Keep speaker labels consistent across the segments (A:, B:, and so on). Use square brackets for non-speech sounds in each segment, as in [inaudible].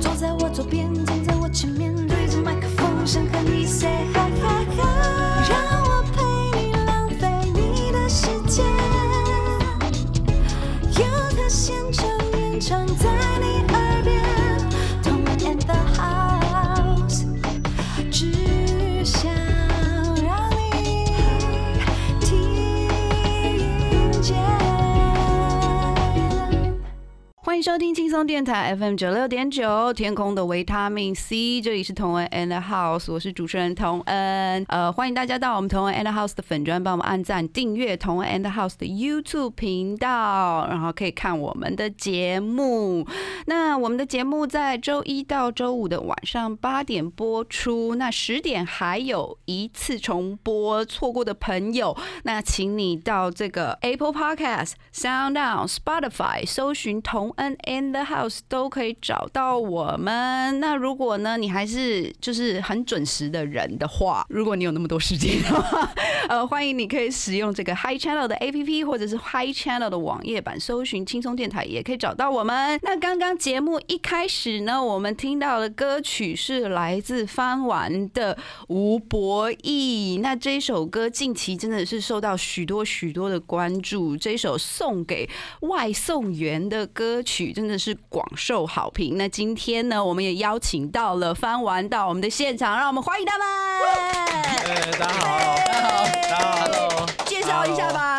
A: 坐在我左边，站在我前面，对着麦克风，想和你 say hi hi hi，让我陪你浪费你的时间。有个现场演唱在你耳边，同玩 and the house，只想让你听见。
B: 欢迎收听轻松电台 FM 九六点九，天空的维他命 C，这里是同恩 and the House，我是主持人同恩。呃，欢迎大家到我们同恩 and the House 的粉专，帮我们按赞、订阅同恩 and the House 的 YouTube 频道，然后可以看我们的节目。那我们的节目在周一到周五的晚上八点播出，那十点还有一次重播，错过的朋友那请你到这个 Apple Podcast、Sound On、Spotify 搜寻“同恩 and the House” 都可以找到我们。那如果呢，你还是就是很准时的人的话，如果你有那么多时间的话，呃，欢迎你可以使用这个 Hi Channel 的 APP 或者是 Hi Channel 的网页版，搜寻“轻松电台”也可以找到我们。那刚刚节目一开始呢，我们听到的歌曲是来自翻玩的吴博义。那这一首歌近期真的是受到许多许多的关注，这一首送给外送员的歌曲真的是广受好评。那今天呢，我们也邀请到了翻玩到我们的现场，让我们欢迎他们。
C: 对，哎大家好，大家好，大家好，Hello，
B: 介绍一下吧。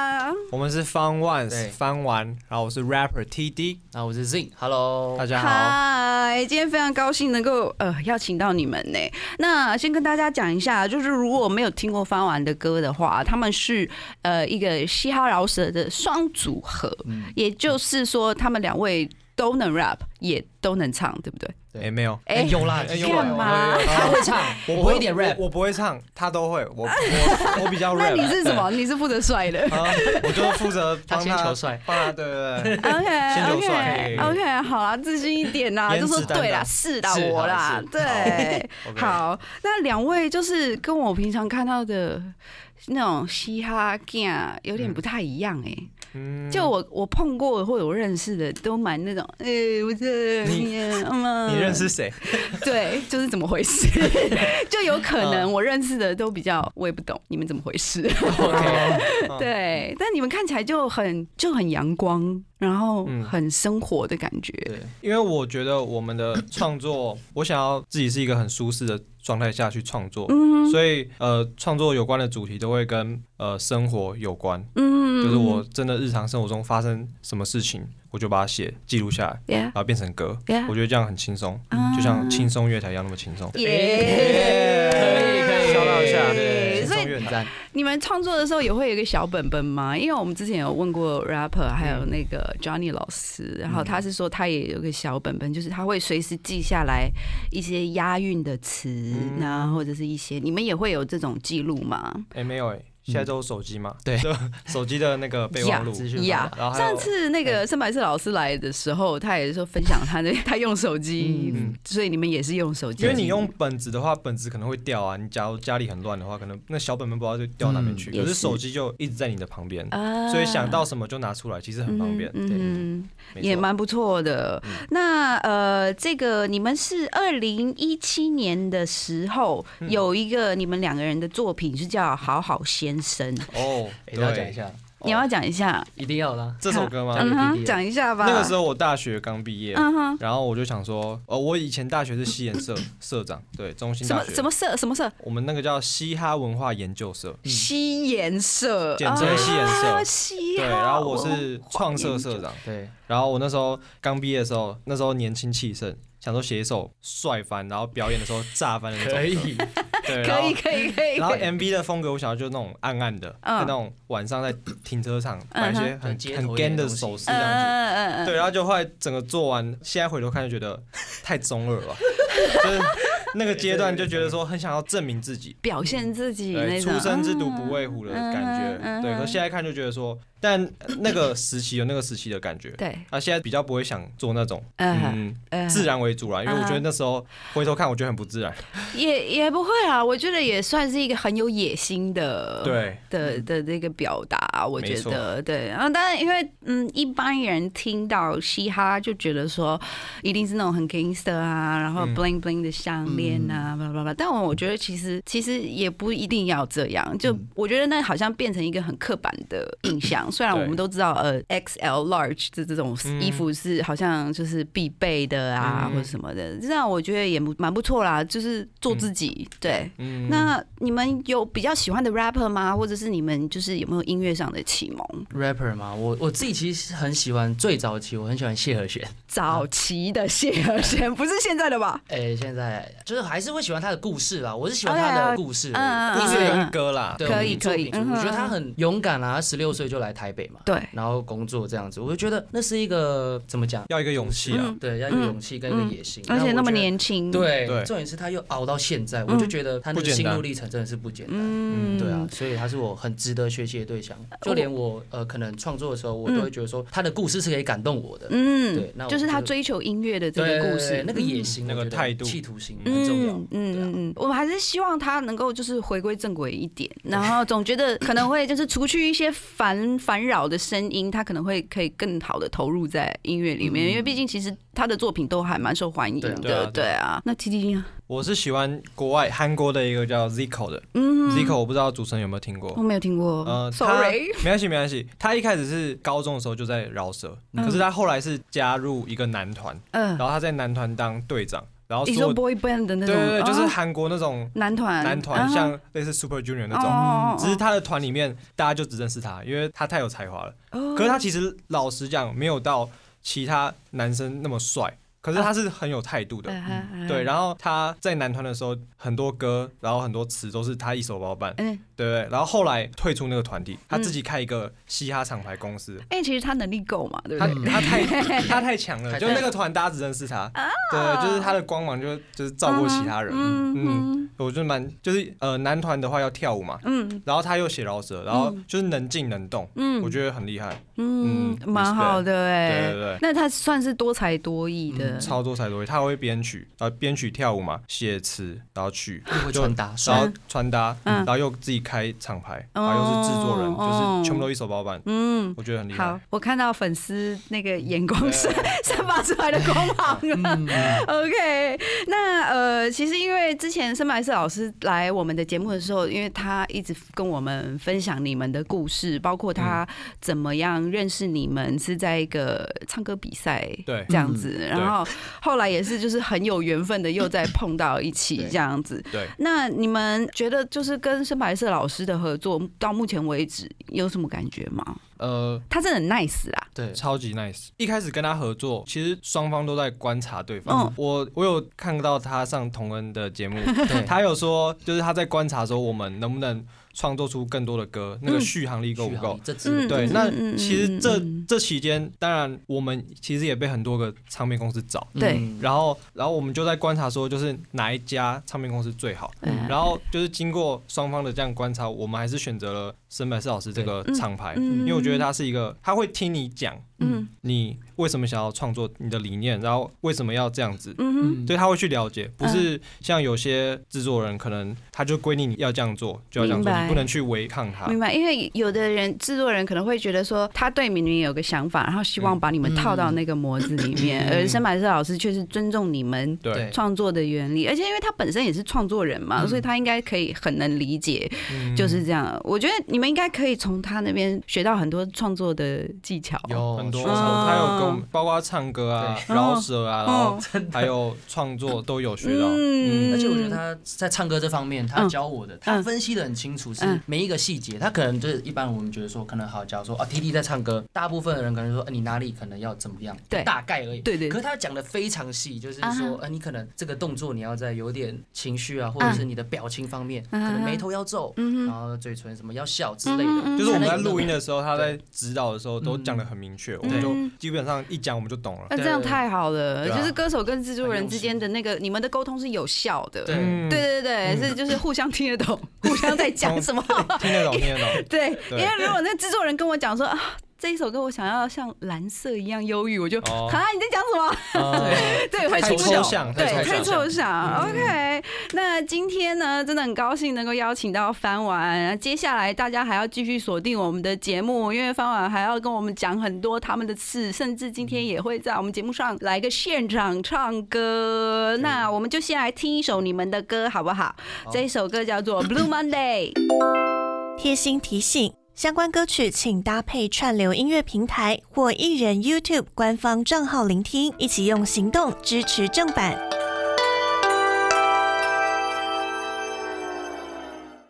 C: 我们是 Fun
D: 对
C: Ones 翻玩，然后我是 rapper TD，
D: 啊，我是 Zing，Hello，
C: 大家好。
B: 嗨，今天非常高兴能够呃邀请到你们呢。那先跟大家讲一下，就是如果没有听过翻玩的歌的话，他们是呃一个嘻哈饶舌的双组合，也就是说他们两位都能 rap，也都能唱，对不对？
D: 对
C: 哎，没有，
D: 哎有啦，
C: 哎有
D: 有啦
B: 干嘛
D: 有有有他会唱，我不会一点
C: 我
D: rap，
C: 我不会唱，他都会，我
B: [laughs]
C: 我我比较
B: 那
C: rap。
B: 你是什么？你是负责帅的。
C: 啊？我就负责
D: 他
C: 帮
D: 先
C: 他
D: 求，帅，
C: 帮他，对对 [laughs] 对。
B: OK
C: 先
B: OK
C: 就帅
B: OK，好啦，自信一点
C: [laughs]
B: 啦，
C: 颜
B: 就
C: 值
B: 说对啦，
C: 担当
B: 是啦，
D: 是
B: 我啦
D: 好，是
B: 对。 [laughs]
C: OK，
B: 好，那两位就是跟我平常看到的那种嘻哈 g 有点不太一样哎、
C: 嗯
B: 就我我碰过或有认识的，都蛮那种，哎、我这
C: 你
B: 嗯
C: 你认？识谁？
B: [laughs] 对，就是怎么回事？ [laughs] 就有可能我认识的都比较，我也不懂你们怎么回事。
C: 嗯
B: 对，但你们看起来就很就很阳光，然后
C: 嗯
B: 很生活的感觉。
C: 对，因为我觉得我们的创作，我想要自己是一个很舒适的状态下去创作，
B: 嗯
C: 所以呃，创作有关的主题都会跟呃生活有关，
B: 嗯
C: 就是我真的日常生活中发生什么事情，我就把它写记录下来，
B: ，Yeah
C: 然后变成歌。哎我
B: Yeah，
C: 觉得这样很轻松，
B: 啊
C: 就像轻松乐台一样那么轻松。哎
B: 耶，
D: 可以可以
C: 骚扰一下，
B: 对
C: 对，轻
B: 所以
C: 松乐
D: 很
C: 台。
D: 赞，
B: 你们创作的时候也会有一个小本本吗？因为我们之前有问过 rapper，还
C: 嗯
B: 有那个 Johnny 老师，然后他是说他也有个小本本，就是他会随时记下来一些押韵的词，
C: 嗯
B: 那、或者是一些你们也会有这种记录吗？
C: 哎，没有哎，现在都有手机嘛，
D: 对
C: 就手机的那个备忘录，
D: 资讯
B: 呀
D: 吧
C: 然后还
B: 上
C: 有哎
B: 次那个深白色老师来的时候，他也说分享他的他用手机，
C: 嗯
B: 所以你们也是用手机，
C: 因为你用本子的话，本子可能会掉啊。你假如家里很乱的话，可能那小本本不知道就掉哪边去。
B: 嗯也
C: 可
B: 是
C: 是手机就一直在你的旁边，
B: 啊
C: 所以想到什么就拿出来，其实很方便。
B: 嗯嗯
C: 没错嗯
B: 也蛮不错的。那呃，这个你们是二零一七年的时候、
C: 嗯
B: 有一个你们两个人的作品是叫《好好先生》，
C: 哦，
D: 哎，
C: 对
D: 要讲一，下，
B: 你要不要讲一下，
D: 一定要啦，
C: 这首歌吗？
B: [laughs] 嗯
D: 弟
B: 哼，
D: 弟
B: 讲一下吧。
C: 啊那个时候我大学刚毕业，
B: 嗯哼，
C: 然后我就想说，哦，我以前大学是西研
B: [laughs]
C: 社社长，对，中心
B: 什
C: 大
B: 么
C: 学，嗯
B: 什么社什么社，
C: 我们那个叫嘻哈文化研究社，嗯
B: 西颜社，
C: 简称西研
B: 啊
C: 社。
B: 西哈
C: 对，然后我是创社社长，
D: 对，
C: 然后我那时候刚毕业的时候，那时候年轻气盛，想说写一首帅翻，然后表演的时候炸翻的那种歌，
D: 可以，
C: 对，然
B: 可以
C: 后
B: 可以可以，
C: 然后
B: 可以
C: MV 的风格，我想要就是那种暗暗的，
B: 嗯
C: 那种晚上在停车场摆一些很
D: 街
C: 很
D: 头一
C: gan
D: 点的
C: 的
D: 东西
C: 手势这
B: 嗯
C: 样子，
B: 嗯嗯嗯，
C: 对，然后就后来整个做完，现在回头看就觉得太中二了吧， [laughs] 就是那个阶段就觉得说很想要证明自己，
B: 表现自己
C: 嗯对，
B: 那
C: 初
B: 种
C: 生之犊不畏虎的感
B: 嗯嗯嗯
C: 觉，对，可现在看就觉得说但那个时期有那个时期的感觉。
B: 对，
C: 啊，现在比较不会想做那种，
B: 嗯
C: 嗯，
B: 嗯，
C: 自然为主啦，因为我觉得
B: 嗯
C: 那时候回头看，我觉得很不自然。
B: 也也不会啊，我觉得也算是一个很有野心的，
C: 对嗯
B: 的的这个表达，我
C: 没
B: 觉
C: 错
B: 得对。然后当然，因为嗯，一般人听到嘻哈就觉得说一定是那种很 gangster 啊，然后
C: 嗯
B: bling bling 的项链啊，巴拉巴拉。但我觉得其实其实也不一定要这样，就
D: 嗯
B: 我觉得那好像变成一个很刻板的印
C: [coughs]
B: 象。虽然我们都知道呃 XL large 这这种
C: 嗯
B: 衣服是好像就是必备的啊，
C: 嗯
B: 或者什么的，这样我觉得也不蛮不错啦，就是做自己，对。
C: 嗯，
B: 那你们有比较喜欢的 rapper 吗？或者是你们就是有没有音乐上的启蒙？
D: rapper 嘛，我我自己其实很喜欢，最早期我很喜欢谢和弦，
B: 早期的谢和
C: [laughs]
B: 弦不是现在的吧？
D: 哎、现在就是还是会喜欢他的故事啦，我是喜欢他的故事，
B: 嗯
C: 故
B: 嗯
C: 事
B: 嗯
C: 跟歌啦，
D: 对
B: 可以
D: 作品
B: 可以
D: 集我觉得
B: 嗯
D: 他很勇敢啊，他十六岁就来台北嘛，
B: 对，
D: 然后工作这样子，我就觉得那是一个怎么讲，
C: 要一个勇气啊
B: 嗯。
D: 对，要有勇气跟一个野心，
B: 而且那么
D: 然后我觉得
B: 年轻，，
D: 对，
C: 对
D: 嗯重点是他又熬到现在，我就觉得他那
C: 不
D: 个
C: 简
D: 心
C: 单
D: 路历程真的是不简单。
B: 嗯，
D: 对啊，，所以他是我很值得学习的对象。就连我呃，可能创作的时候，我都会觉得说他的故事是可以感动我的。
B: 嗯
D: 对那，我
B: 就是他
D: 觉得
B: 追求音乐的这
D: 对
B: 个
D: 对
B: 故
D: 对
B: 事
D: 对，那个野心、
C: 嗯那个
D: 我觉得
C: 态度
D: 企图心
C: 嗯
D: 很重要。
B: 嗯嗯
D: 对啊
B: 嗯嗯，我们还是希望他能够就是回归正轨一点，然后总觉得可能会就是除去一些烦烦扰的声音，他可能会可以更好的投入在音乐里面，因为毕竟其实他的作品都还蛮受欢迎
D: 对啊
C: 对啊对
B: 的
C: 啊，
B: 对啊。那 T T 呢？
C: 我是喜欢国外韩国的一个叫 Zico 的
B: 嗯
C: ，Zico 我不知道主持人有没有听过
B: 我，没有听过、
C: 呃，
B: s o
C: 他
B: r
C: 没
B: r y
C: 关系没关系，他一开始是高中的时候就在饶舌，
B: 嗯
C: 可是他后来是加入一个男团，
B: 嗯、
C: 然后他在男团当队长，然后
B: 你
C: 哦所
B: 说
C: 有
B: boy band 的那
C: 对
B: 种，
C: 对对，就是
B: 哦
C: 韩国那种
B: 男团，
C: 男团，
B: 啊
C: 像类似 Super Junior 那种。嗯
B: 哦
C: 只是他的团里面，大家就只认识他，因为他太有才华了。
B: 哦
C: 可是他其实老实讲，没有到其他男生那么帅，可是他是很有态
B: 哎
C: 度的。对，然后他在男团的时候，很多歌，然后很多词都是他一手包办，
B: 嗯，
C: 对不对？然后后来退出那个团体，他自己开一个嘻哈厂牌公司，
B: 哎、其实他能力够嘛，对不
C: 他
B: 对？
C: 他太
B: [laughs]
C: 他太强了，
D: 太
C: 就那个团大家只认识他，对，就是他的光芒就就是照过其他人。
B: 哦嗯嗯
C: 我就蛮就是呃，男团的话要跳舞嘛，
B: 嗯
C: 然后他又写饶舌，然后就是能进能动，
B: 嗯
C: 我觉得很厉害，
B: 嗯，
C: 嗯
B: 蛮好的哎、
C: 对对对
B: 那他算是多才多艺的，
C: 嗯超多才多艺。他会编曲，然后编曲跳舞嘛，写词，然后曲，
D: 又会穿搭，
C: 然
D: 帅
C: 后穿搭，
B: 嗯
C: 然后又自己开厂牌，
B: 哦
C: 然后又是制作人，
B: 哦
C: 就是全部都一手包办，
B: 嗯。
C: 我觉得很厉
B: 好
C: 害。，
B: 我看到粉丝那个眼光散 [laughs] 散发出来的光芒了。OK，那呃，其实因为之前深白色老师来我们的节目的时候，因为他一直跟我们分享你们的故事，包括他
C: 嗯
B: 怎么样认识你们，是在一个唱歌比赛。
C: 对嗯
B: 这样子，然后后来也是就是很有缘分的，又再碰到一起
D: 对
B: 这样子。
C: 对，
B: 那你们觉得就是跟深白色老师的合作到目前为止有什么感觉吗？
C: 呃，
B: 他真的很 nice 啦，
D: 对，啊
C: 超级 nice。一开始跟他合作，其实双方都在观察对方。
B: 嗯
C: 我我有看到他上童恩的节目，
B: [laughs]
D: 对
C: 他有说，就是他在观察说我们能不能创作出更多的歌，那个续航力够
D: 续
C: 不
D: 航
C: 够
D: 力？这支
B: 嗯，
C: 对，
B: 嗯
C: 那
B: 嗯嗯
C: 其实
B: 嗯
C: 这
B: 嗯
C: 这期间，当然我们其实也被很多个唱片公司找。
B: 对
D: 嗯
C: 然后，然后我们就在观察说，就是哪一家唱片公司最好。
B: 嗯
C: 然后就是经过双方的这样观察，我们还是选择了深白色老师这个
B: 对嗯
C: 厂牌，
B: 嗯
C: 因为我觉得他是一个，他会听你讲
B: 嗯
C: 你为什么想要创作你的理念，然后为什么要这样子，
B: 嗯哼，
C: 所以他会去了解，不
B: 嗯
C: 是像有些制作人可能他就规定你要这样做就要这样
B: 明
C: 做，
B: 白
C: 你不能去违抗他。
B: 明白。因为有的人制作人可能会觉得说，他对你们有个想法，然后希
D: 嗯
B: 望把你们套到那个模子里面，而深白色老师却是尊重你们。
C: 对，
D: 对
B: 创作的原理，而且因为他本身也是创作人嘛，
D: 嗯
B: 所以他应该可以很能理解，
C: 嗯
B: 就是这样。我觉得你们应该可以从他那边学到很多创作的技巧。
D: 有
C: 很多，
D: 说唱
B: 嗯
C: 他有跟我们包括唱歌啊、
B: 对
C: 饶舌啊，然后
B: 哦
C: 还有创作都有学到。
B: 嗯
C: 嗯，
D: 而且我觉得他在唱歌这方面，他教我的，他分析的很清楚，是
B: 嗯
D: 每一个细节。他可能就是一般我们觉得说，可能好，假如说啊，T T 在唱歌，大部分的人可能说，哎你哪里可能要怎么样，
B: 对
D: 大概而已。
B: 对对对
D: 可是他讲的非常细，就是
B: 啊
D: 说
B: 哈，
D: 呃，你可能这个动作你要在有点情绪啊，或者是你的表情方面，可
B: 嗯
D: 能眉头要皱，然后嘴唇什么要笑之类的。
B: 嗯
D: 嗯
C: 就是我们在录
D: 音。
C: 音的时候，他在指导的时候都讲的很明确，我们就基本上一讲我们就懂了。
B: 那这样太好了，
C: 对啊
B: 就是歌手跟制作人之间的那个你们的沟通是有效的，对对对，
C: 嗯
B: 是就是互相听得
C: [laughs]
B: 懂，互相在讲什么。
C: 听得懂，听
B: [laughs]
C: 得懂。
B: 对，因
C: 对
B: 为如果那制作人跟我讲说啊，这一首歌我想要像蓝色一样忧郁，我就
C: 哦嗯
B: 啊你在讲什么？
D: 呃
C: 对
B: 对，会
C: 太
B: 听不
C: 抽
B: 懂，
C: 象
B: 对，
C: 太抽
B: 太
C: 象嗯
B: 抽象。OK，那今天呢，真的很高兴能够邀请到翻完。那接下来大家还要继续锁定我们的节目，因为翻完还要跟我们讲很多他们的事，甚至今天也会在我们节目上来个现场唱歌。那我们就先来听一首你们的歌，好不好？这一首歌叫做《Blue Monday》。
E: 贴心提醒：相关歌曲请搭配串流音乐平台或艺人 YouTube 官方账号聆听，一起用行动支持正版。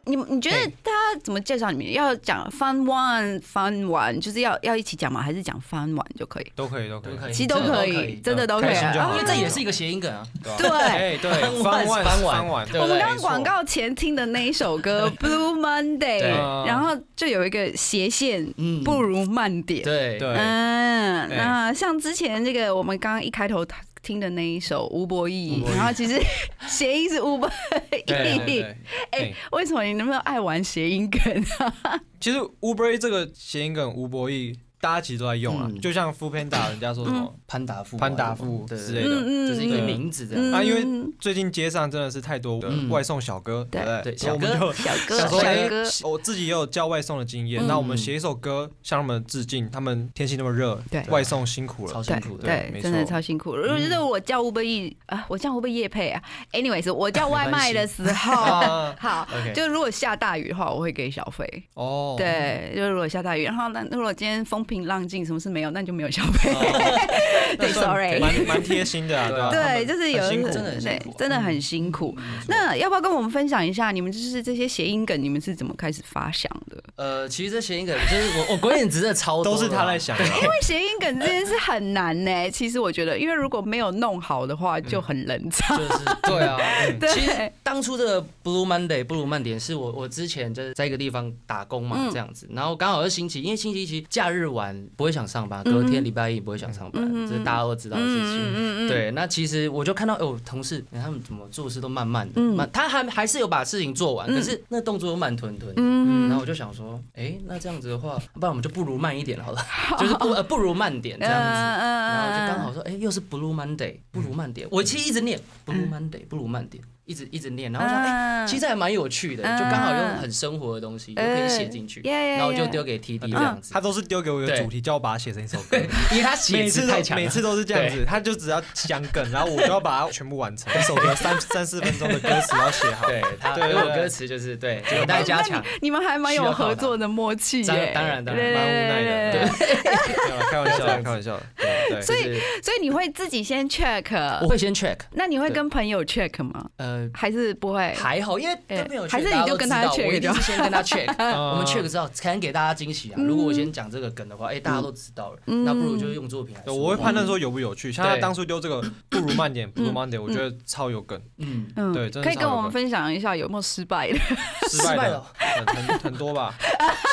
B: 你们你觉得
C: 嘿
B: 大家怎么介绍你们？要讲 Fun One、Fun One，就是要要一起讲吗？还是讲 Fun One 就可以？
C: 都可以，哎都可
D: 都可
C: 以
D: 以，
B: 其实都
D: 这个
B: 可以，真的都可
C: 开
B: 以
C: 心就
B: 啊
C: 好。了
D: 因为这也是一个谐音梗啊，
C: 对
B: 对
C: 吧哎对，翻
D: 完
C: 完
D: 翻完
C: 翻完，
D: 对
B: 我
D: 不
B: 们
D: 对
B: 刚刚广告前听的那一首歌《Blue Monday
D: 对》，
B: 然后就有一个斜线，
D: 嗯
B: 不如慢点。
D: 对
C: 对
B: 嗯，
C: 对
B: 那像之前这个我们刚刚一开头听的那一首吴博义
D: 吴，伯义
B: 然后其实 [laughs] 谐音是吴博
C: 对对
B: 义。
C: 对。
B: 哎
C: 嘿，
B: 为什么你那么爱玩谐音梗啊？
C: 其实 Uber E 这个谐音梗，吴博义大家其实都在用啊
D: 嗯，
C: 就像 f o o Panda，人家说什么
D: 潘达富啊，
C: 潘达富
D: 对
C: 之
D: 对
C: 类
D: 对，
C: 的，
D: 就是一个
C: 嗯
D: 名字这样。
B: 嗯
C: 啊因为最近街上真的是太多的
D: 嗯
C: 外送小哥，
B: 对
C: 对不对？
D: 对
C: 哎所以我们
D: 小
C: 就
D: 哥
B: 小哥，
C: 想说，
B: 小
C: 哎
B: 哥，，
C: 我自己也有叫外送的经验
B: 嗯，
C: 那我们写一首歌向他们致敬，他们天气那么热
B: 对，
C: 外送辛苦了
D: 超。辛
B: 对
D: 苦的，
C: 对
B: 对，
C: 没
B: 真的
C: 错
B: 超辛苦。如果觉得我叫 Uber E 啊，我这样会不会夜配啊？Anyways，我叫外卖的时候，
C: 啊
B: 好，
C: OK，
B: 就如果下大雨的话，我会给小费。
C: 哦，
B: 对，就是如果下大雨，然后那如果今天风平浪静，什么事没有，那你就没有消
D: [laughs]
B: 费。对
C: 那算
B: ，sorry。
C: 蛮蛮贴心的啊，对吧？
B: 对，就是有
C: 很辛苦
D: 真的很辛
B: 对
D: 苦啊，嗯
B: 真的很辛苦。那要不要跟我们分享一下，你们就是这些谐音梗，你们是怎么开始发想的？
D: 呃，其实这谐音梗就是我，我鬼影子真的超
C: [laughs]
D: 多
C: 都
D: 的啊
C: 是他在想的，
B: 因为谐音梗这件事很难呢、其实我觉得，因为如果没有弄好的话，就很冷场。
D: 就是对
C: [laughs]
D: 啊。嗯
B: 对
D: 其实当初这个 Blue Monday、Blue 慢点是我我之前就是在一个地方打工嘛，
B: 嗯
D: 这样子，然后刚好是星期，因为星期一其实假日晚不会想上班，隔天礼拜一不会想上班，这是大家都知道的事情。
B: 嗯
D: 对，那其实我就看到，哎，我同事哎他们怎么做事都慢慢的，
B: 嗯
D: 慢，他还还是有把事情做完，可是那动作又慢吞吞的。
B: 嗯
D: 然后我就想说，哎，那这样子的话，不然我们就不如慢一
B: [laughs]
D: 点好了，就是不呃不如慢点这样
B: 嗯
D: 子。然后就刚好说，哎、又是 Blue Monday，不如慢点。我其实一直念 Blue Monday，不如慢点，一直一直念。然后我想，哎、
B: 嗯
D: 其实还蛮有趣的，
B: 嗯
D: 就刚好用很生活的东西就可以写进去。
B: 嗯，yeah，yeah，
D: 然后我就
B: yeah 嗯
D: 丢给 T D 这样子
C: 他，都是丢给我一个
D: 对
C: 主题，叫我把它写成一首歌。
D: 因为他写
C: 每
D: 词
C: 次
D: 太
C: 都
D: 强了，
C: 每次都是这样子，他就只要想梗，然后我就要把它全部完成，一首歌三三四分钟的歌词要写好。
D: 对他
C: 对
D: 给
C: 对
D: 我
C: 对
D: 歌词就是对，有待加强。
B: 你们还蛮有合作的默契
D: 需要靠
B: 耶
D: 他，当然当然
B: 对
C: 蛮无奈的，
B: 对对对
C: 对，没有啦开玩笑的，开玩笑的，对对。
B: 所以呃
D: 就是
B: 所以你会自己先 check，
D: 我会先 check，
B: 那你会
D: 对
B: 跟朋友 check 吗？
D: 呃。
B: 还是不会？
D: 还好，因为
B: 哎
D: 跟朋友
B: 还
D: check，
B: 是你
D: 大家都
B: 就跟他
D: 知道
B: check
D: 我一定
B: 就是
D: 先跟他 check，
B: [laughs]
C: 嗯
D: 我们 check 之后才能给大家惊喜啊。如果我先讲这个梗的话，哎，大家都知道了，
B: 嗯
D: 那不如就用作品来
C: 对
D: 说。
C: 我会判断说有不有趣，像他
D: 对
C: 当初丢
B: [coughs]
C: 这个不如慢点，不如慢点，我觉得超有梗，
D: 嗯，
B: 嗯
C: 对真的
B: 可以
C: 差
B: 跟
C: 不
B: 我
C: 多嗯
B: 们分享一下有没有失败的？
C: 失
D: 失败
C: 败的
D: 了
C: 很很很多吧。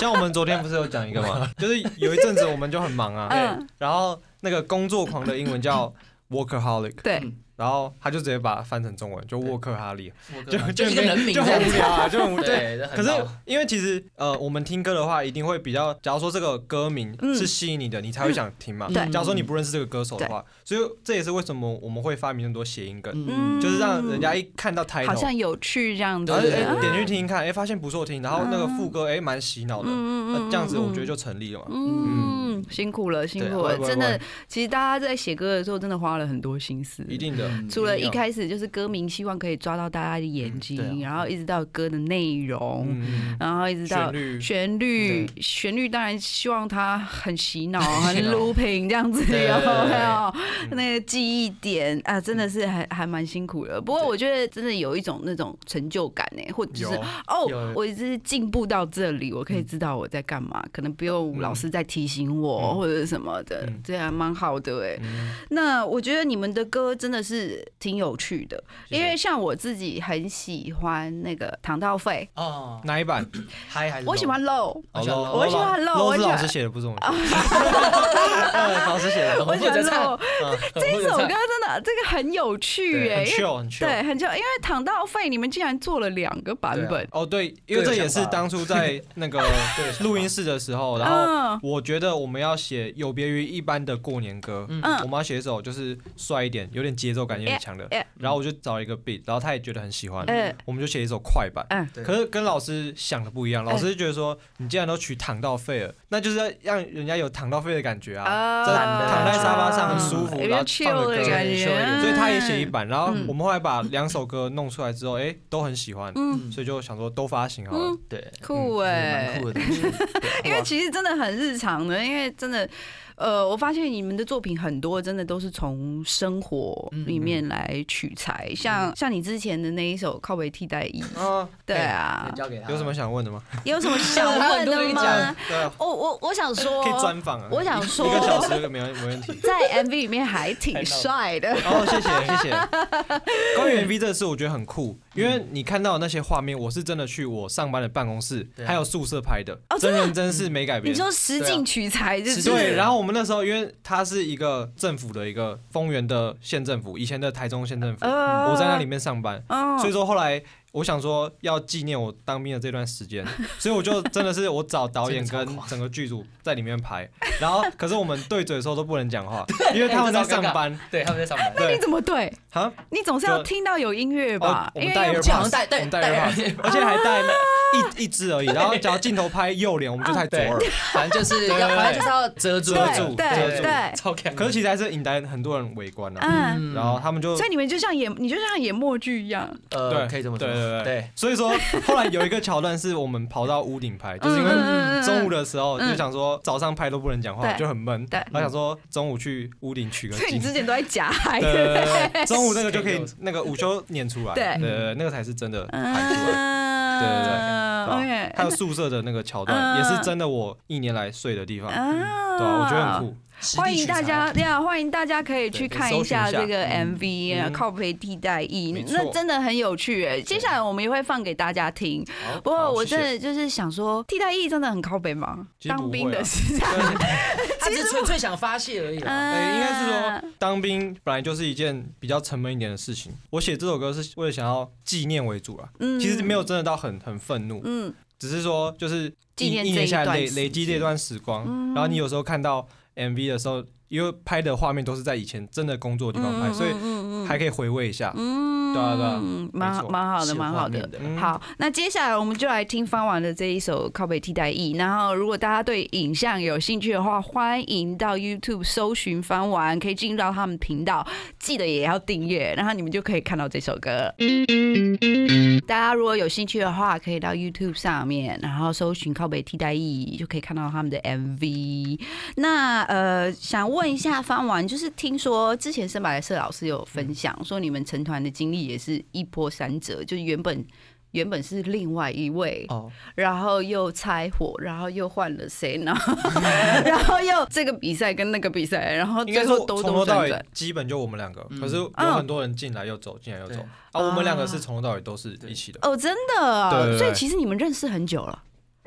C: 像我们昨天不是有讲一个嘛，就是有一阵子我们就很忙啊
B: 嗯，
C: 然后那个工作狂的英文叫 workaholic，
B: 对，
C: 然后他就直接把它翻成中文，就沃克哈利，
D: 就
C: 就
D: 就一个
C: 没
D: 人名
C: 就
D: 这样
C: 很无
D: 子。
C: 聊啊，就很无聊。
D: 对，这很
C: 可是
D: 闹，
C: 因为其实呃，我们听歌的话，一定会比较，假如说这个歌名
B: 嗯
C: 是吸引你的，你才会想听嘛。
B: 对
C: 假如说你不认识这个歌手的话，所以这也是为什么我们会发明那么多谐音梗，
B: 嗯
C: 就是让人家一看到
B: 好
C: title，
B: 像有趣这样子嗯
C: 然后
D: 对对
C: 哎
D: 对
C: 点
B: 啊
C: 去听一看，哎发现不错听，然后那个副歌哎蛮洗脑的，那这样子我觉得就成立了嘛。
B: 嗯，辛苦了，辛苦了，
C: 对啊
B: 真的
C: 不会不，
B: 其实大家在写歌的时候真的花了很多心思，
C: 一定的，
D: 嗯
B: 除了一
C: 定要
B: 开始就是歌名，希望可以抓到大家的眼睛，
D: 对啊
B: 然后一直到歌的内容，
C: 嗯，
B: 然后一直到
C: 旋律
B: 旋律，旋律当然希望它很洗
D: [laughs]
B: 脑、很 looping 这样子，
D: 对
B: 有
D: 对嗯
B: 没 [laughs] 有那
C: 对
B: 个记忆点啊？真的是还还蛮辛苦的。不过我觉得真的有一种那种成就感呢，或者就是
C: 有
B: 哦
D: 有，嗯
B: 我就是进步到这里，我可以知道我在干嘛，可能不用老师在提醒我或者是什么的
C: 嗯，
B: 欸
D: 嗯
B: 这样蛮好的哎。那我觉得你们的歌真的是是挺有趣的，
D: 谢谢
B: 因为像我自己很喜欢那个唐道费，
D: 哦，
C: 哪一版？哦
D: 嗨还是哦
B: 我喜欢 low，
C: 好
D: 好了，
C: 了
B: 我喜欢
C: 了
B: 漏我
C: 是
B: 喜欢啊
C: 老师写的，不是我们。
D: [laughs] 哎
C: 嗯老师写的，
B: 我
D: 我嗯
B: 喜欢
D: 负责唱
B: low。这首歌真的这个很有趣
C: 对
B: 哎、
C: 很
B: 因为
C: chill 很 chill。
B: 对，很久，因为唐道费你们竟然做了两个版
C: 对啊
B: 本，
C: 哦，对，因为这也是当初在那
D: [laughs]
C: 个录音室的时候，然后
B: 嗯
C: 我觉得我们要写有别于一般的过年歌，
D: 嗯
C: 我们要写一首就是帅一点、有点节奏感、有点强的
B: Yeah, yeah。
C: 然后我就找一个 beat，然后他也觉得很喜欢，
B: 嗯
C: 我们就写一首快板。
B: 嗯
D: 对
C: 可是跟老师想的不一样，
B: 哎
C: 老师觉得说你既然都取躺到肺了，那就是要让人家有躺到肺的感觉啊。
B: 啊哎
C: 真的
D: 躺在沙发上很
C: 舒服
B: 有
C: 然
B: 点
C: 后放
B: chill
C: 着
B: 的
C: 歌
B: 感觉，
C: 所以他也写一版，然后
B: 嗯
C: 我们后来把两首歌弄出来之后，哎，都很喜欢，
B: 嗯，
D: 嗯
C: 所以就想说都发行好了。
B: 嗯
D: 对，
B: 酷
D: 蛮
B: 哎、
D: 酷的东西，对
B: [laughs] 因为其实真的很日常的，因为真的，呃，我发现你们的作品很多真的都是从生活
C: 嗯
B: 里面来取材，像像你之前的那一首《靠北替代役》，
C: [laughs] 啊，
B: 对
C: 哎
B: 啊
D: 哇，交给他
C: 有什么想问的吗？
B: 有什么想问的吗？
C: 对啊，
B: 我我我
C: [laughs]
B: 想说
C: 可，以专访啊。
B: 我想
C: 一
B: 说。
C: 一个小时没问没问题
B: 在 MV 里面还挺帅的，
C: 哦，谢谢谢谢。关于 MV 这个事，我觉得很酷，因为你看到的那些画面，我是真的去我上班的办公室
D: 对啊
C: 还有宿舍拍的
B: 哦，真
C: 真人真事没改
B: 你
C: 编。
B: 说实
C: 对
B: 景
C: 啊
B: 取材就是是
D: 的
C: 对，然后我们那时候因为它是一个政府的一个丰原的县政府，以前的台中县政府，
B: 呃
C: 我在那里面上班，
B: 嗯
C: 所以说后来我想说要纪念我当兵的这段时间，
B: [laughs]
C: 所以我就真的是我找导演跟整个剧组在里面排，然后可是我们对嘴的时候都不能讲话，因为他们在上班。
D: 对，他们在上班，
B: 那你
C: 对，
B: 怎么对？
C: 啊，
B: 你总是要
C: 就
B: 听到有音乐吧
C: 哦，？我
B: 因为
C: 们戴
B: 要
C: AirPods，
D: 好像戴戴
C: 我们戴
D: 戴
C: AirPods，而且还戴一一只而
B: [laughs]
C: 已。然后只要镜头拍右脸，我们就太左
D: 对
B: 啊
C: 耳。，
D: 反正就是要，
C: 对
D: 反正就是要遮住，
C: 遮住
B: 对
C: 遮
B: 对
C: 住
B: 对，
D: 超强的。
C: 可是其实还是引来很多人围观啊，
B: 嗯，
C: 然后他们就
B: 所以你们就像演，你就像演默剧一样，
D: 呃，
C: 对，
D: 可以这么说，
C: 对对
D: 对，
C: 所以说，后来有一个桥段是我们跑到屋顶拍，就是因为
B: 嗯嗯嗯嗯
C: 中午的时候
B: 嗯
C: 就想说早上拍都不能讲话，
B: 对
C: 就很闷。
B: 对
C: 然后想说中午去屋顶取个
B: 所以你
C: 景。
B: 之前都在假嗨
C: 对。对对对， [laughs] 中午那个就可
D: 谁
C: 以
D: 给
C: 那个午休撵出来。
B: 对
C: 对对，那个才是真的
B: 嗯哦
C: 拍出来。对对嗯对
B: ，OK，
C: 还有宿舍的那个桥
B: 嗯
C: 段，也是真的我一年来睡的地方。
B: 啊
C: 对啊，我觉得很。酷。
D: 实地
B: 欢迎
D: 取材
B: 大家，对啊，欢迎大家可以去
C: 对可以
B: 看
C: 搜
B: 一
C: 寻
B: 下
C: 一下
B: 这个
C: 嗯
B: MV 啊，
C: 嗯
B: 靠背替代役
C: 没，
B: 那
C: 错
B: 真的很有趣哎。接下来我们也会放给大家听。
C: 好
B: 不过
C: 好
B: 我
C: 谢谢
B: 真的就是想说，替代役真的很靠背吗？
C: 其实不
B: 当兵
C: 会
B: 的
C: 啊
B: 时候，
D: 他只是纯粹想发泄而已
B: 嗯
D: 啦。
C: 哎，应该是
B: 啊
C: 说当兵本来就是一件比较沉闷一点的事情。我写这首歌是为了想要纪念为主啦，
B: 嗯
C: 其实没有真的到很很愤怒，
B: 嗯，
C: 只是说就是
B: 纪
C: 一
B: 念
C: 一
B: 这一
C: 年下来
B: 段
C: 累
B: 时
C: 累积这段时光，
B: 嗯
C: 然后你有时候看到 MV 的时候，因为拍的画面都是在以前真的工作的
B: 嗯
C: 地方拍，哎所以
B: 以
C: 还可以回味一下。
B: 嗯
C: 对啊对啊
B: 嗯蛮
C: 没
B: 好
C: 错
B: 蛮好
D: 是
B: 的，
D: 有
B: 蛮
D: 画
B: 好
D: 面
B: 的。
D: 的
C: 嗯，
B: 好，那接下来我们就来听方王的这一首《靠北替代役》。然后，如果大家对影像有兴趣的话，欢迎到 YouTube 搜寻方王，可以进到他们频道，记得也要订阅，然后你们就可以看到这首歌。大家如果有兴趣的话，可以到 YouTube 上面，然后搜寻靠北替代役，就可以看到他们的 MV。那呃，想问一下方王，就是听说之前深白社老师有分享说，你们成团的经历也是一波三折，就是原本原本是另外一位，
D: 哦，
B: 然后又拆伙，然后又换了谁，然后 [laughs] 然后又这个比赛跟那个比赛，然后
C: 应该
B: 最
C: 说
B: 后兜
C: 从
B: 兜
C: 头到
B: 转
C: 尾
B: 转。
C: 基本就我们两个，
D: 嗯
C: 可
B: 哦
C: 是有很多人进来又走，进来又走
D: 对
C: 啊。我们两个是从头到尾都是一起的，
B: 哦，真的啊、
C: 对对对
B: 所以其实你们认识很久了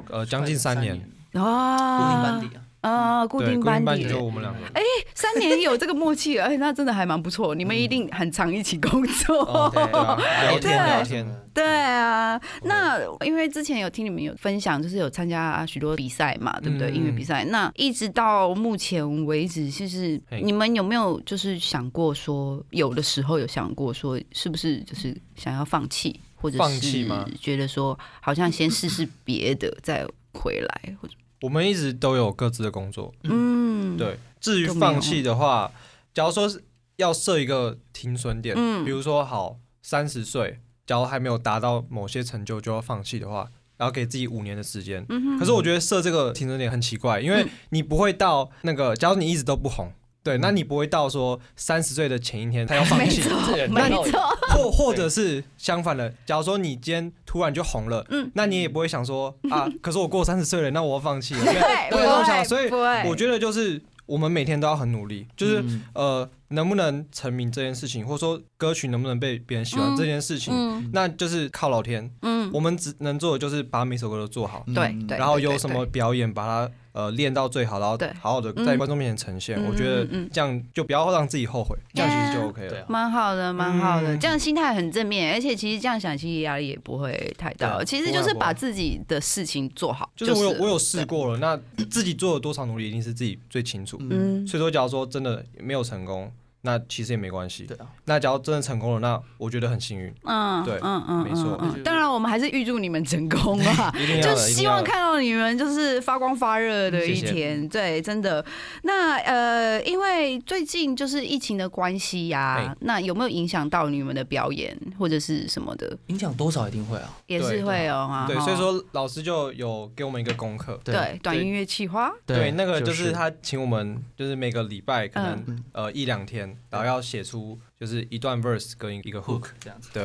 C: 呃，将近三年，
D: 固定
B: 啊
D: 班底啊，
B: 啊，固
C: 嗯对，
B: 定
C: 固
B: 班
C: 定班
B: 底
C: 底就我们两个。
D: 哎，
B: 三年有这个默契，而且那真的还蛮不错。你们一定很常一起工作。
C: 哦
D: 对
C: 对啊聊天
B: 对
C: 聊天，
B: [laughs] 对啊，那因为之前有听你们有分享，就是有参加啊许多比赛嘛，对不对？
C: 嗯
B: 音乐比赛。那一直到目前为止，就是
C: 嘿
B: 你们有没有就是想过说，有的时候有想过说，是不是就是想要放弃，或者
C: 放弃
B: 是
C: 吗
B: 觉得说好像先试试别的再回来，或者
C: 我们一直都有各自的工作，
B: 嗯，
C: 对，至于
B: 就没有
C: 放弃的话，假如说是要设一个停损点，
B: 嗯
C: 比如说好三十岁，假如还没有达到某些成就就要放弃的话，然后给自己五年的时间。
B: 嗯
C: 可是我觉得设这个停损点很奇怪，因为你不会到那个，假如你一直都不红，对，那你不会到说三十岁的前一天他要放弃。
D: 这
B: 嗯 [laughs]
D: 人
B: 没
D: 闹
B: 错，
C: 或或者是相反的，假如说你今天突然就红了，
B: 嗯
C: 那你也不会
B: [laughs]
C: 想说啊，可是我过三十岁了，那我要放弃了，
B: 对，
C: 不会这么想，
B: 不
C: 所以
B: 会
C: 我觉得就是我们每天都要很努力，就是、
D: 嗯
C: 呃，能不能成名这件事情，或者说歌曲能不能被别人喜欢这件事情，
B: 嗯
C: 那就是靠老天。
B: 嗯，
C: 我们只能做的就是把每首歌都做好，
B: 对对，
C: 然后
B: 对
C: 有
B: 对
C: 什
B: 对
C: 么表演，把它呃练到最好，然后
B: 对
C: 好好的
B: 嗯
C: 在观众面前呈现。
B: 嗯
C: 我觉得
B: 嗯嗯
C: 这样就不要让自己后悔，这样其实就 OK
D: 对
C: 了。
D: 啊，
B: 蛮好的，蛮好的，
C: 嗯
B: 这样心态很正面，而且其实这样想，其实压力也不会太大。
C: 对啊
B: 其实
C: 不会
B: 就是
C: 不会
B: 把自己的事情做好，
C: 就是我有
B: 了
C: 我有试，过了，那自己做了多少努力，一定是自己最清楚。
B: 对嗯，
C: 所以说，假如说真的没有成功，那其实也没关系。
D: 对啊，
C: 那假如真的成功了，那我觉得很幸运，
B: 嗯，
C: 对
B: 嗯嗯，
C: 没错。
B: 嗯嗯当然，我们还是预祝你们成功啊
C: [laughs] 一定要
B: 就
C: 的
B: 希望。
C: 一定要的
B: 看到你们就是发光发热的
C: 谢
B: 一
C: 谢
B: 天，对，真的。那呃，因为最近就是疫情的关系呀、
C: 哎
B: 那有没有影响到你们的表演或者是什么的？
D: 影响多少一定会啊，
B: 也是
C: 对
B: 会哦、啊。
C: 对，
B: 哈
C: 所以说老师就有给我们一个功课。
B: 对短音乐企划，
C: 对，那个就是他请我们，就是每个礼拜可能、
D: 嗯
C: 呃一两天，然后要写出就是一段 verse 跟一个 hook。
D: hook 这样子，
C: 对，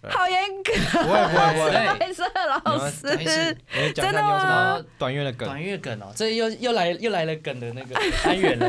C: 对
B: 好严格，
C: 不会不会不会，
D: 对
B: 白色老
D: 没关
B: 师
D: 系。
C: 你讲
B: 真的
C: 看你有什
D: 吗
C: 么短乐的梗？
D: 短乐梗哦，这又又来又来了梗
B: [laughs]
D: 的那个单元了。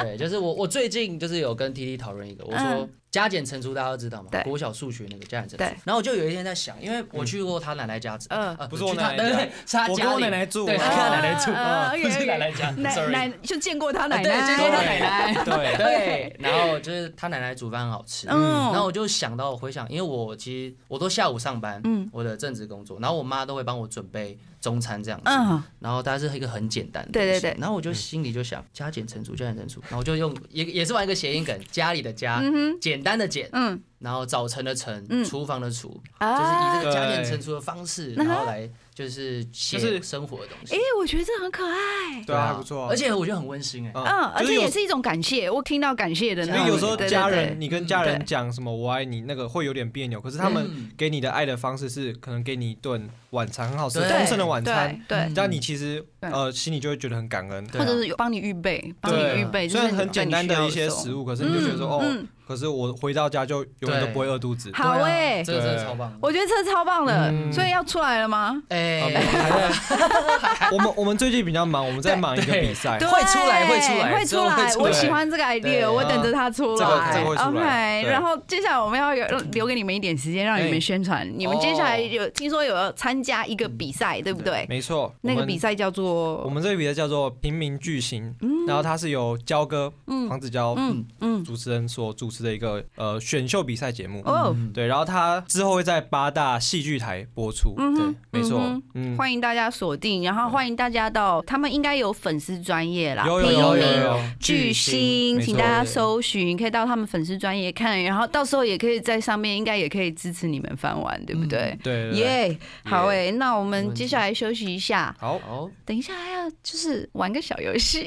D: 对，就是我我最近就是有跟 T T 讨论一个，我说
B: 嗯
D: 加减乘除大家都知道嘛
B: 对，
D: 国小数学那个加减乘
B: 对
D: 除。然后我就有一天在想，因为我去过他奶奶家，
B: 嗯哦
D: 呃，呃
C: 不是我
D: 去他
C: 奶奶家
D: 对对对 [laughs] 是他
C: 我跟
D: 家
C: 我
D: 里
C: 奶奶住
D: 对，是
C: 啊
D: 他奶奶住，
B: 啊
D: 不是奶奶家
C: [laughs]
B: 奶
D: ，sorry。
B: 奶就见过他奶奶，
D: 对见过他
C: 奶
B: 奶，
C: 对
D: 对，然后就是他奶奶煮饭很好吃，
B: 嗯
D: 然后我就想到回想，因为我其实我都下午上班，
B: 嗯
D: 我的正职工作，然后我妈都会帮我准备中餐这样子，
B: 嗯
D: 然后它是一个很简单的，
B: 对对对
D: 然后
C: 嗯
D: 我就心里就想加减乘除，加减乘除，然后我就用也也是玩一个谐音梗，家里的家，简单的简，
C: 哦
B: 嗯，
D: 然后早晨的晨
B: 嗯，
D: 厨房的厨，就是
B: 啊，
D: 以这个加减乘除的方式，然后来就是
C: 就
D: 写
C: 是
D: 生活的东西
B: 哎，，我觉得这很可爱，
C: 对啊，还不错啊。
D: 而且我觉得很温馨哎，
B: 嗯，
C: 嗯，
B: 而
C: 就是
B: 且
C: 有
B: 也是一种感谢，我听到感谢的
C: 因
B: 那种，
C: 为有时候
B: 对嗯
C: 家人，，你跟家人
B: 对
C: 讲什么“我爱你”，那个会有点别扭。可是他们
D: 嗯
C: 给你的爱的方式是，可能给你一顿晚餐，很好吃，
D: 对
B: 对
C: 丰盛的晚
B: 对
C: 餐，
B: 对
D: 嗯
C: 这样你其实
B: 对
C: 呃心里就会觉得很感恩。
D: 对
B: 或
D: 啊
B: 者是有帮你预备，帮你
C: 对啊
B: 预备，
C: 虽然很简单的一些食
B: 物，
C: 物，可是你就觉得说哦
B: 嗯，
C: 可是我回到家就永远都
D: 对
C: 不会饿肚子。
B: 好
D: 对啊
B: 哎
D: 这个真的超棒的，
B: 我觉得这超棒的，
C: 嗯
B: 所以要出来了吗？
C: 啊
D: 哎
C: 我们。还在我们我们最近比较忙，我们在忙一个
D: 对
C: 比赛
B: 对，
D: 会出来会出来
B: 会
D: 之
B: 出
D: 后会
B: 来。
D: 出
B: 我
C: 来
B: 喜欢这个 idea，
D: 对
B: 我等着它出
C: 这个
B: 来
C: 这。个会出来
B: OK，
C: 对
B: 然后接下来我们要有留给你们一点时间，让你们
C: 哎
B: 宣传。你们接下来有听说有要参加一个比赛，对不对？
C: 没错，
B: 那
C: 我
B: 个
C: 们
B: 比赛叫
C: 我
B: 做
C: 们这个比赛叫做《平民巨星》，然后它是由焦哥、黄子佼、
B: 嗯嗯
C: 主持人所主持的一个呃选秀比赛节目。
B: 哦，
C: 对，然后它之后会在八大戏剧台播出。
B: 嗯
C: 对，没错
B: 嗯，
C: 嗯，
B: 欢迎大家锁定，然后欢迎大家到他们应该有粉丝专业啦，
C: 有有
B: 平
C: 有
B: 民
C: 有有
B: 巨星，
C: 没错
B: 请大家搜寻，可以到他们粉丝专业看，然后到时候也可以在上面，应该也可以支持你们翻玩，对不对？
C: 嗯对对对
B: 耶、好
C: 耶
B: 诶、那我们
D: 问
B: 接
D: 题
B: 下来休息一下，
C: 好，
D: 哦，
B: 等一下还要就是玩个小游戏。